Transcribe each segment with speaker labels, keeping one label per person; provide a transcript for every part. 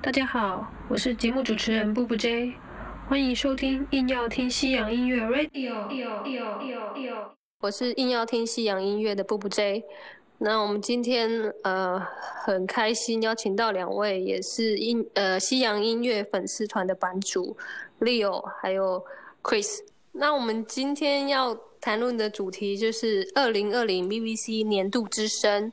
Speaker 1: 大家好，我是节目主持人步步 J，欢迎收听硬要听西洋音乐 Radio。我是硬要听西洋音乐的步步 J。那我们今天呃很开心邀请到两位，也是音呃西洋音乐粉丝团的版主 Leo 还有 Chris。那我们今天要谈论的主题就是二零二零 BBC 年度之声。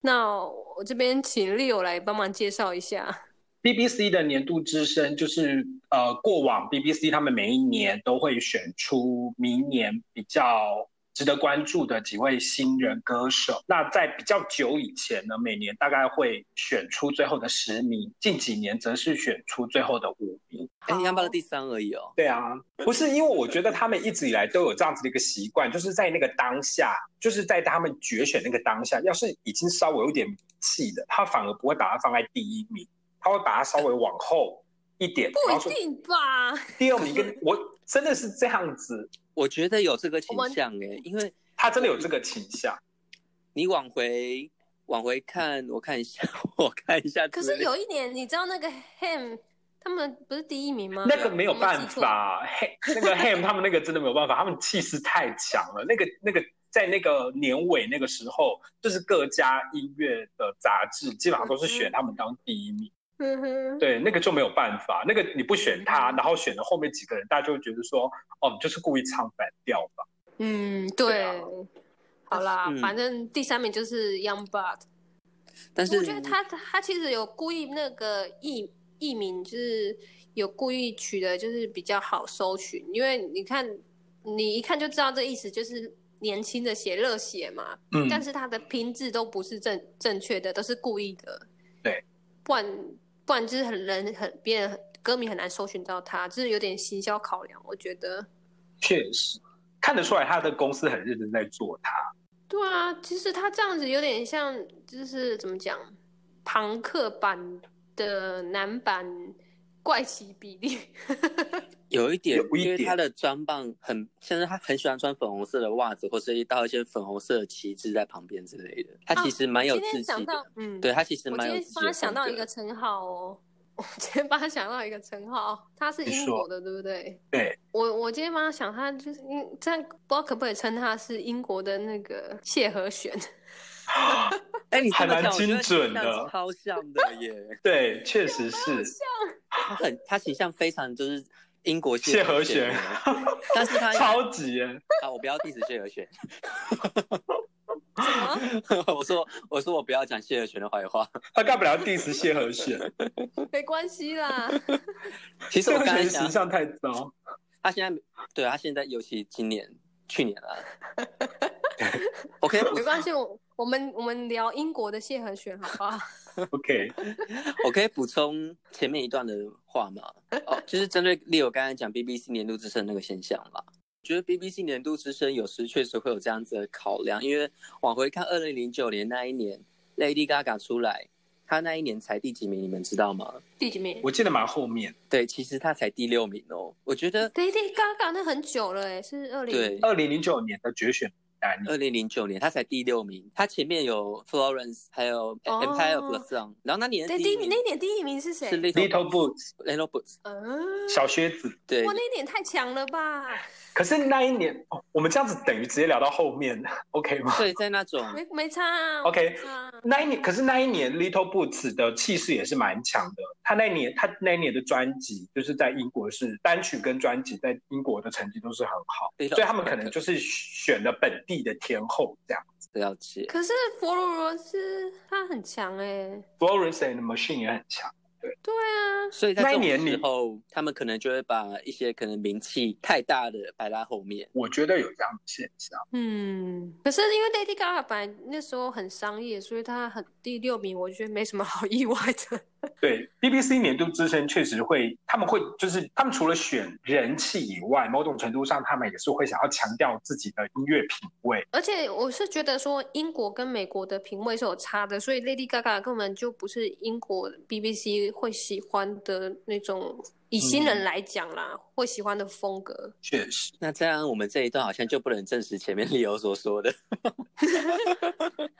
Speaker 1: 那我这边请 Leo 来帮忙介绍一下。
Speaker 2: BBC 的年度之声就是呃，过往 BBC 他们每一年都会选出明年比较值得关注的几位新人歌手。那在比较久以前呢，每年大概会选出最后的十名，近几年则是选出最后的五名。
Speaker 3: 哎，你刚报到第三而已哦。
Speaker 2: 对啊，不是因为我觉得他们一直以来都有这样子的一个习惯，就是在那个当下，就是在他们决选那个当下，要是已经稍微有点名气的，他反而不会把它放在第一名，他会把它稍微往后一点，
Speaker 1: 不
Speaker 2: 然
Speaker 1: 一
Speaker 2: 后说
Speaker 1: 定吧？
Speaker 2: 第二名跟我真的是这样子，
Speaker 3: 我觉得有这个倾
Speaker 1: 我们
Speaker 3: 向哎、因为
Speaker 2: 他真的有这个倾向。
Speaker 3: 你往回往回看，我看一下，我看一下资
Speaker 1: 可
Speaker 3: 料。
Speaker 1: 是有一年，你知道那个 Ham 他们不是第一名吗？
Speaker 2: 那个没有
Speaker 1: 我们
Speaker 2: 办
Speaker 1: 记错了。
Speaker 2: 法，嘿，那个 Ham 他们那个真的没有办法，他们气势太强了。那个那个在那个年尾那个时候，就是各家音乐的杂志基本上都是选他们当第一名。
Speaker 1: 嗯哼，
Speaker 2: 对，那个就没有办法，那个你不选他，然后选了后面几个人，大家就会觉得说，哦，你就是故意唱反调吧。
Speaker 1: 嗯，
Speaker 2: 对啊
Speaker 1: 对。好啦，
Speaker 3: 嗯
Speaker 1: 反正第三名就是 Young Blood。
Speaker 3: 但是
Speaker 1: 我觉得他他其实有故意那个艺艺名，就是有故意取的，就是比较好搜寻，因为你看你一看就知道这意思，就是年轻的血热血嘛。
Speaker 2: 嗯，
Speaker 1: 但是它的拼字都不是正正确的，都是故意的。
Speaker 2: 对，
Speaker 1: 不然不然就是很人很别人很歌迷很难搜寻到它，就是有点行销考量，我觉得。
Speaker 2: 确实看得出来他的公司很认真在做他。
Speaker 1: 对啊，其实它这样子有点像，就是怎么讲，朋克版的男版怪奇比例。
Speaker 3: 有一点，
Speaker 2: 有一
Speaker 3: 因为
Speaker 2: 点
Speaker 3: 他的装扮很，现在他很喜欢穿粉红色的袜子，或是一到一些粉红色的旗帜在旁边之类的。他其实蛮有
Speaker 1: 啊今
Speaker 3: 自
Speaker 1: 天
Speaker 3: 己
Speaker 1: 想
Speaker 3: 的
Speaker 1: 到，，嗯，
Speaker 3: 对他其实
Speaker 1: 我
Speaker 3: 蛮
Speaker 1: 今
Speaker 3: 有
Speaker 1: 天
Speaker 3: 自己
Speaker 1: 帮
Speaker 3: 的
Speaker 1: 他想
Speaker 3: 风
Speaker 1: 到
Speaker 3: 格
Speaker 1: 一个 称号哦，我今天帮他想到一个称号，他是
Speaker 2: 你
Speaker 1: 英
Speaker 2: 说
Speaker 1: 国的，对不对？
Speaker 2: 对，
Speaker 1: 我我今天帮他想，他就是英，这样不知道可不可以称他是英国的那个谢和弦，
Speaker 3: 哎，你这
Speaker 2: 还
Speaker 3: 么
Speaker 2: 蛮
Speaker 3: 讲我觉
Speaker 2: 精
Speaker 3: 得
Speaker 2: 准
Speaker 3: 形象
Speaker 2: 的
Speaker 3: 超像 的耶。
Speaker 2: 对，确实是。
Speaker 3: 他很，他形象非常就是英国
Speaker 2: 谢和弦
Speaker 3: 耶，但是他
Speaker 2: 超级耶
Speaker 3: 好，我不要 diss 谢和弦，
Speaker 1: 什么？
Speaker 3: 我说我说我不要讲谢和弦的坏话。
Speaker 2: 他干不了 diss 谢和弦，
Speaker 1: 没关系啦，
Speaker 3: 其实
Speaker 2: 谢
Speaker 3: 我
Speaker 2: 和
Speaker 3: 刚才
Speaker 2: 弦
Speaker 3: 想
Speaker 2: 形，象太糟。
Speaker 3: 他现在对他现在，尤其今年、去年啊，OK，
Speaker 1: 没关系，我我们我们聊英国的谢和弦好不好？
Speaker 2: OK，
Speaker 3: 我可以补充前面一段的话吗？哦，就是针对例如刚才讲 BBC 年度之声那个现象嘛，我觉得 BBC 年度之声有时确实会有这样子的考量，因为往回看，二零零九年那一年，Lady Gaga 出来，她那一年才第几名，你们知道吗？
Speaker 1: 第几名
Speaker 2: 我记得蛮后面，
Speaker 3: 对，其实她才第六名哦。我觉得
Speaker 1: ？Lady Gaga 那很久了哎，是二零
Speaker 3: 对，
Speaker 2: 二零零九年的决选单，
Speaker 3: 二零零九年她才第六名，她前面有 Florence，还有 Empire of the Sun，、然后那年的
Speaker 1: 哦对
Speaker 3: 第
Speaker 1: 第
Speaker 3: 一
Speaker 1: 一名
Speaker 3: 名
Speaker 1: 那一年第一名是谁？
Speaker 3: 是
Speaker 2: Little
Speaker 3: Boots
Speaker 2: Boots
Speaker 3: Little Boots，
Speaker 1: 嗯，
Speaker 2: 小靴子。
Speaker 3: 对
Speaker 1: 哇，，那一年太强了吧？
Speaker 2: 可是那一年，哦，我们这样子等于直接聊到后面，OK 吗
Speaker 3: 所以在那种
Speaker 1: 没没差啊
Speaker 2: OK
Speaker 1: 没差啊
Speaker 2: 那一年，可是那一年 Little Boots 的气势也是蛮强的。他那一年，他那一年的专辑就是在英国是单曲跟专辑在英国的成绩都是很好，
Speaker 3: Little
Speaker 2: 所以他们可
Speaker 3: Boots
Speaker 2: 能就是选了本地的天后这样。
Speaker 3: 了解。
Speaker 1: 可是佛罗罗斯他很强哎、
Speaker 2: Florence and the Machine 也很强，
Speaker 1: 对啊，
Speaker 3: 所以在这
Speaker 2: 那一
Speaker 3: 种
Speaker 2: 年你
Speaker 3: 时候，他们可能就会把一些可能名气太大的摆在后面。
Speaker 2: 我觉得有这样的现象。
Speaker 1: 嗯，可是因为 Lady Gaga 本来那时候很商业，所以他很第六名，我觉得没什么好意外的。
Speaker 2: 对，BBC 年度之声确实会，他们会就是他们除了选人气以外，某种程度上他们也是会想要强调自己的音乐品味。
Speaker 1: 而且我是觉得说英国跟美国的品味是有差的，所以 Lady Gaga 根本就不是英国 BBC 会喜欢的那种以新
Speaker 3: 嗯
Speaker 1: 人来讲啦，会喜欢的风格。
Speaker 2: 确实，
Speaker 3: 那这样我们这一段好像就不能证实前面理由所说的。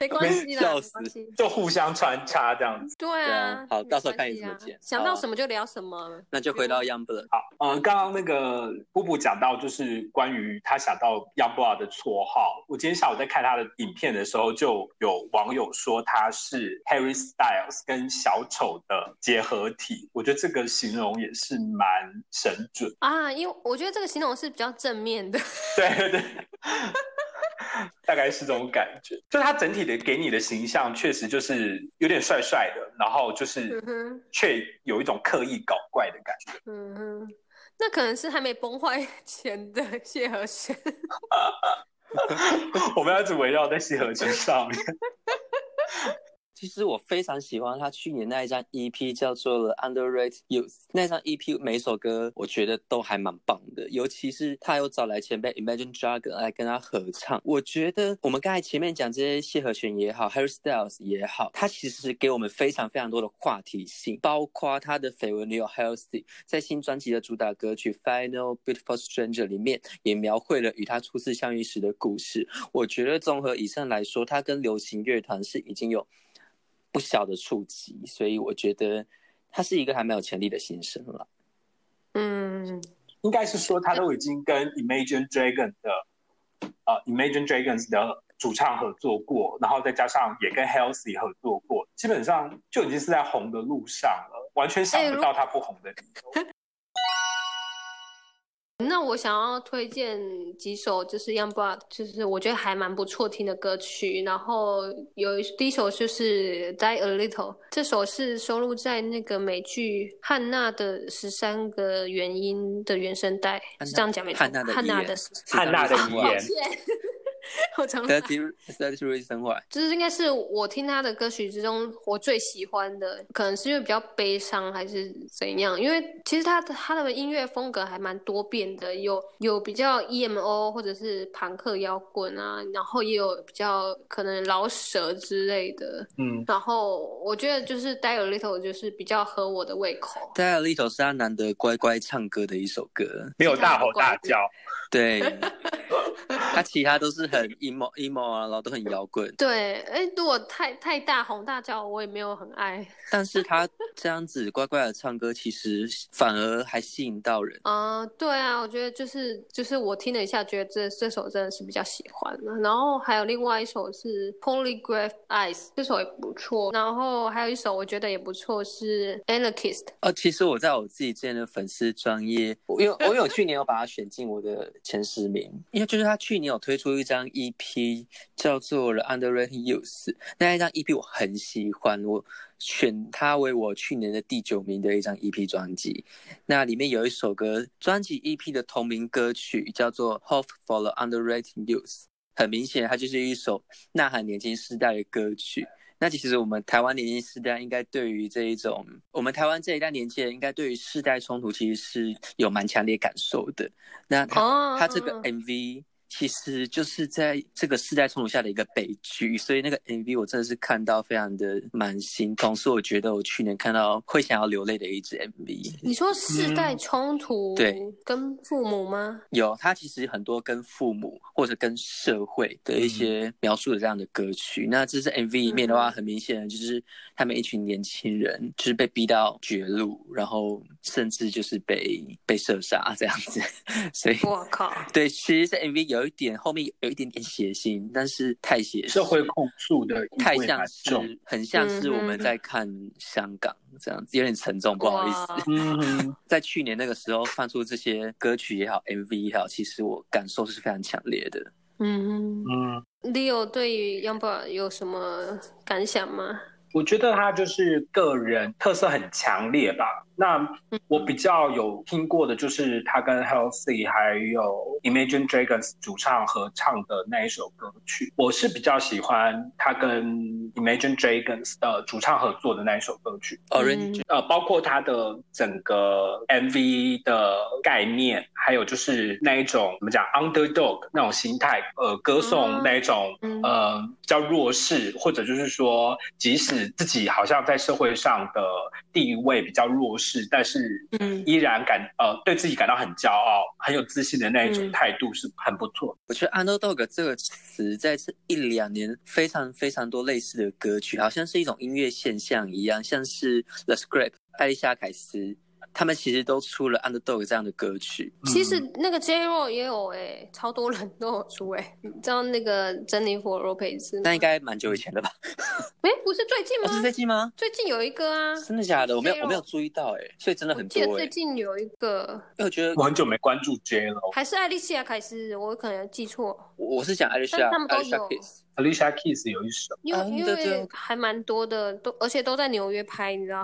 Speaker 1: 没关系啦，
Speaker 3: 笑
Speaker 1: 没
Speaker 3: 死
Speaker 1: 关系。
Speaker 2: 就互相穿插这样子。
Speaker 1: 对
Speaker 3: 对
Speaker 1: 啊
Speaker 3: 啊，好
Speaker 1: 没
Speaker 3: 到时候
Speaker 1: 关
Speaker 3: 看你
Speaker 1: 系
Speaker 3: 怎么
Speaker 1: 啊
Speaker 3: 剪
Speaker 1: 想
Speaker 3: 好
Speaker 1: 到
Speaker 3: 啊
Speaker 1: 什么就聊什么。
Speaker 3: 那就回到 Young Blood，
Speaker 2: 好，呃，刚刚那个布布讲到，就是关于他想到 Young b l o d 的绰号。我今天下午在看他的影片的时候，就有网友说他是 Harry Styles 跟小丑的结合体。我觉得这个形容也是蛮神准。
Speaker 1: 啊，因为我觉得这个形容是比较正面的。
Speaker 2: 对对对，大概是这种感觉。就他整体的给你的形象，确实就是有点帅帅的，然后就是
Speaker 1: 嗯哼，
Speaker 2: 却有一种刻意搞怪的感觉。
Speaker 1: 嗯哼，那可能是还没崩坏前的谢和弦。
Speaker 2: 我们要一直围绕在西河城上面。
Speaker 3: 其实我非常喜欢他去年那一张 EP 叫做了 Underrated Youth，那张 EP 每首歌我觉得都还蛮棒的，尤其是他有找来前辈 Imagine Dragon 来跟他合唱，我觉得我们刚才前面讲这些谢和弦也好，Harry Styles 也好，他其实给我们非常非常多的话题性，包括他的绯闻女友 Halsey 在新专辑的主打歌曲 Final Beautiful Stranger 里面也描绘了与他初次相遇时的故事。我觉得综合以上来说，他跟流行乐团是已经有不小的触及，所以我觉得他是一个还蛮有潜力的新生了。
Speaker 1: 嗯，
Speaker 2: 应该是说他都已经跟 Imagine Dragon 的呃 Imagine Dragons 的主唱合作过，然后再加上也跟 Healthy 合作过，基本上就已经是在红的路上了，完全想
Speaker 1: 哎
Speaker 2: 不
Speaker 1: 如
Speaker 2: 到他不红的理由。
Speaker 1: 那我想要推荐几首，就是 Youngblood，就是我觉得还蛮不错听的歌曲。然后有一第一首就是《Die a Little》，这首是收录在那个美剧《汉娜的十三个原因》的原声带，
Speaker 3: 汉娜
Speaker 1: 是这样讲没错
Speaker 3: 汉娜的
Speaker 1: 汉娜
Speaker 3: 遗言
Speaker 1: 的
Speaker 2: 汉娜的遗
Speaker 1: 抱
Speaker 2: 言
Speaker 1: 歉，我常常
Speaker 3: ，Thirty Thirty Reasons Why，
Speaker 1: 就是应该是我听他的歌曲之中我最喜欢的，可能是因为比较悲伤还是怎样？因为其实他的他的音乐风格还蛮多变的，有有比较 EMO 或者是朋克摇滚啊，然后也有比较可能饶舌之类的。
Speaker 2: 嗯，
Speaker 1: 然后我觉得就是《Die a Little》就是比较合我的胃口。
Speaker 3: 大家 Little 是他难得乖乖唱歌的一首歌，
Speaker 2: 没有大吼大叫，
Speaker 3: 对，他其他都是很 emo emo 啊，然后都很摇滚，
Speaker 1: 对，哎，如果太太大红大叫，我也没有很爱
Speaker 3: 但是他这样子乖乖的唱歌，其实反而还吸引到人。
Speaker 1: 啊、对啊，我觉得就是就是我听了一下，觉得这这首真的是比较喜欢的。然后还有另外一首是《Polygraph Eyes》，这首也不错。然后还有一首我觉得也不错是《Anarchist》。
Speaker 3: 哦，其实我在我自己之前的粉丝专业，我有我有去年有把它选进我的前十名，因为就是他去年有推出一张 EP 叫做《Underrated Youth》，那一张 EP 我很喜欢，我选它为我去年的第九名的一张 EP 专辑。那里面有一首歌，专辑 EP 的同名歌曲叫做《Hope for the Underrated Youth》，很明显它就是一首呐喊年轻世代的歌曲。那其实我们台湾年轻世代应该对于这一种，我们台湾这一代年轻人应该对于世代冲突其实是有蛮强烈感受的。那他、
Speaker 1: 哦
Speaker 3: 他这个哎 MV 其实就是在这个世代冲突下的一个悲剧，所以那个 MV 我真的是看到非常的蛮心痛，是我觉得我去年看到会想要流泪的一支 MV。
Speaker 1: 你说世代冲突
Speaker 3: 嗯对
Speaker 1: 跟父母吗？
Speaker 3: 有，它其实很多跟父母或者跟社会的一些描述的这样的歌曲。那这支 MV 里面的话，
Speaker 1: 嗯
Speaker 3: 很明显的就是他们一群年轻人就是被逼到绝路，然后甚至就是被被射杀这样子， 所以。
Speaker 1: 我靠！
Speaker 3: 对，其实这 MV 有一点后面有一点点血腥，但是太血腥，
Speaker 2: 社会控诉的意
Speaker 3: 太
Speaker 2: 味
Speaker 3: 像
Speaker 2: 蛮重。
Speaker 3: 是很像是我们
Speaker 1: 嗯哼
Speaker 3: 在看香港这样子，有点沉重， 不好意思。
Speaker 1: 哇，
Speaker 2: 嗯，
Speaker 3: 在去年那个时候放出这些歌曲也好，MV 也好，其实我感受是非常强烈的。
Speaker 1: 嗯
Speaker 2: 嗯，
Speaker 1: ，Leo 对于 Youngblood 有什么感想吗？
Speaker 2: 我觉得他就是个人特色很强烈吧。那我比较有听过的就是他跟 Healthy 还有 Imagine Dragons 主唱合唱的那一首歌曲，我是比较喜欢他跟 Imagine Dragons 的主唱合作的那一首歌曲。
Speaker 1: 嗯
Speaker 3: Orange，、
Speaker 2: 呃，包括它的整个 MV 的概念，还有就是那一种怎么讲 underdog 那种心态，呃，歌颂
Speaker 1: 嗯
Speaker 2: 那一种、
Speaker 1: 嗯
Speaker 2: 呃比较弱势，或者就是说，即使自己好像在社会上的地位比较弱势，但是
Speaker 3: 嗯
Speaker 2: 依然感呃对自己感到很骄傲、很有自信的那一种
Speaker 3: 嗯
Speaker 2: 态度是很不错。
Speaker 3: 我觉得 “underdog” 这个词在这一两年非常非常多类似的歌曲，好像是一种音乐现象一样，像是 The Script、艾丽莎·凯斯，他们其实都出了 “underdog” 这样的歌曲。
Speaker 1: 其实
Speaker 3: 嗯
Speaker 1: 那个 J Ro 也有哎、超多人都有出哎、你知道那个珍妮佛·罗佩兹吗？
Speaker 3: 那应该蛮久以前的吧？
Speaker 1: 哎、不是最近
Speaker 3: 哦，是这
Speaker 1: 吗？
Speaker 3: 季吗？
Speaker 1: 最近有一个啊，
Speaker 3: 真的假的？我没有，
Speaker 1: Zero
Speaker 3: 我没有注意到哎、所以真的
Speaker 1: 我
Speaker 3: 很
Speaker 1: 记得
Speaker 3: 多哎、
Speaker 1: 最近有一个，
Speaker 3: 因为我觉得
Speaker 2: 我
Speaker 3: 我
Speaker 2: 很久没关注 J Lo、
Speaker 1: 还是艾丽西亚·凯斯，我可能记错，
Speaker 3: 我是讲艾丽莎
Speaker 1: 但是他们，都
Speaker 3: 艾丽莎
Speaker 1: 有
Speaker 3: k i s s
Speaker 2: Alicia Keys 有一首，
Speaker 1: 因为、
Speaker 3: 嗯
Speaker 1: 因
Speaker 3: 对对
Speaker 1: 为还蛮多的，都而且都在纽约拍，你知道？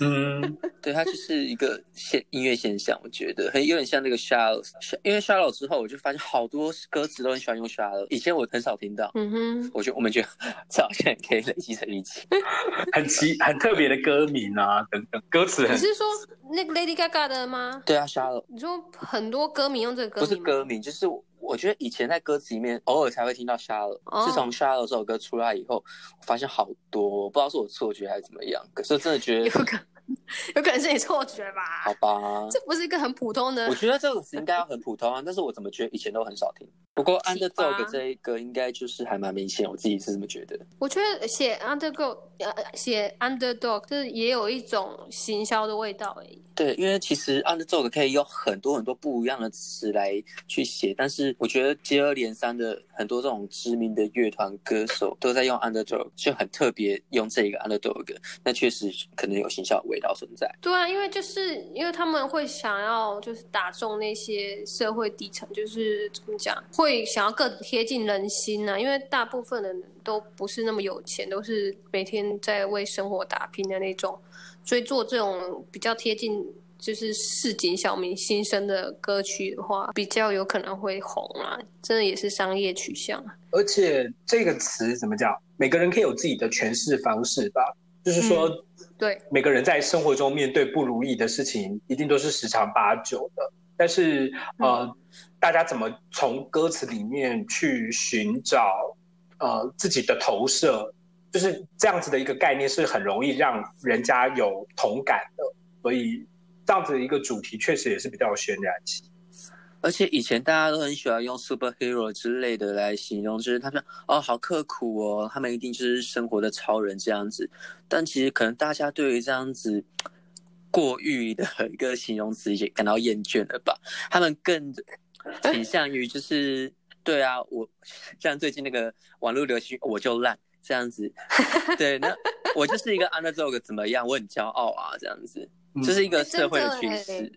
Speaker 2: 嗯，
Speaker 3: 对，它就是一个现音乐现象，我觉得很有点像那个 Shallow，因为 Shallow 之后，我就发现好多歌词都很喜欢用 Shallow，以前我很少听到。
Speaker 1: 嗯 哼，
Speaker 3: 我觉得我们觉得 这好像也可以累积成一起。
Speaker 2: 很奇很特别的歌名啊，等等，歌词
Speaker 1: 你
Speaker 2: 很
Speaker 1: 是说那个 Lady Gaga 的吗？
Speaker 3: 对啊，Shallow
Speaker 1: 你说很多歌迷用这个歌
Speaker 3: 不是
Speaker 1: 名吗
Speaker 3: 歌名，就是我觉得以前在歌词里面偶尔才会听到 Shallow，、
Speaker 1: 哦
Speaker 3: 自从 Shallow 这首歌出来以后，我发现好多，我不知道是我错觉还是怎么样，可是真的觉
Speaker 1: 有
Speaker 3: 得
Speaker 1: 可能，有可能是你错觉吧
Speaker 3: 好？吧。
Speaker 1: 这不是一个很普通的
Speaker 3: 我，觉得这个词应该要很普通啊，但是我怎么觉得以前都很少听。不过
Speaker 1: 启发
Speaker 3: Underdog 这一个应该就是还蛮明显，我自己是这么觉得。
Speaker 1: 我觉得写 underdog，呃，写 underdog，就是也有一种行销的味道而已。
Speaker 3: 对，因为其实 underdog 可以用很多很多不一样的词来去写，但是我觉得接二连三的很多这种知名的乐团歌手都在用 underdog，就很特别用这一个 underdog，那确实可能有形象味道存在。
Speaker 1: 对啊，因为就是因为他们会想要就是打中那些社会底层，就是怎么讲，会想要更贴近人心呐、啊因为大部分的人都不是那么有钱，都是每天在为生活打拼的那种，所以做这种比较贴近就是市井小民心声的歌曲的话，比较有可能会红啊。真的也是商业取向啊。
Speaker 2: 而且这个词怎么讲？每个人可以有自己的诠释方式吧。就是说，
Speaker 1: 嗯对，
Speaker 2: 每个人在生活中面对不如意的事情，一定都是十常八九的。但是，
Speaker 1: 嗯
Speaker 2: 呃，大家怎么从歌词里面去寻找呃自己的投射，就是这样子的一个概念，是很容易让人家有同感的。所以，这样子的一个主题确实也是比较有渲染性。
Speaker 3: 而且以前大家都很喜欢用 superhero 之类的来形容，就是他们哦好刻苦哦，他们一定就是生活的超人这样子。但其实可能大家对于这样子过誉的一个形容词也感到厌倦了吧？他们更倾向于就是对啊，我像最近那个网络流行我就烂这样 子，对，那我就是一个 underdog 怎么样，我很骄傲啊这样子，
Speaker 2: 嗯
Speaker 3: 这是一个社会的趋
Speaker 1: 哎真的
Speaker 3: 势。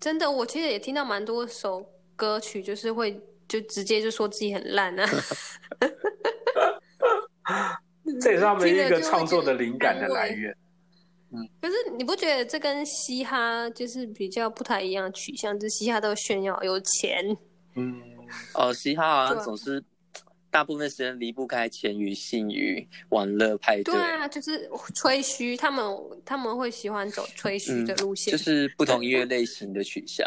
Speaker 1: 真的，我其实也听到蛮多首歌曲，就是会就直接就说自己很烂啊。
Speaker 2: 嗯这也是他们
Speaker 1: 听
Speaker 2: 一
Speaker 1: 了
Speaker 2: 个
Speaker 1: 就会
Speaker 2: 创作
Speaker 1: 觉得
Speaker 2: 的灵感的
Speaker 1: 安慰
Speaker 2: 来源。
Speaker 1: 可是你不觉得这跟嘻哈就是比较不太一样的取向？就是嘻哈都炫耀有钱，
Speaker 2: 嗯，
Speaker 3: 哦，嘻哈好
Speaker 1: 对
Speaker 3: 像总是大部分时间离不开钱与性与玩乐派对
Speaker 1: 对，啊，就是吹嘘，他们他们会喜欢走吹嘘的路线。
Speaker 3: 就是不同音乐类型的取向。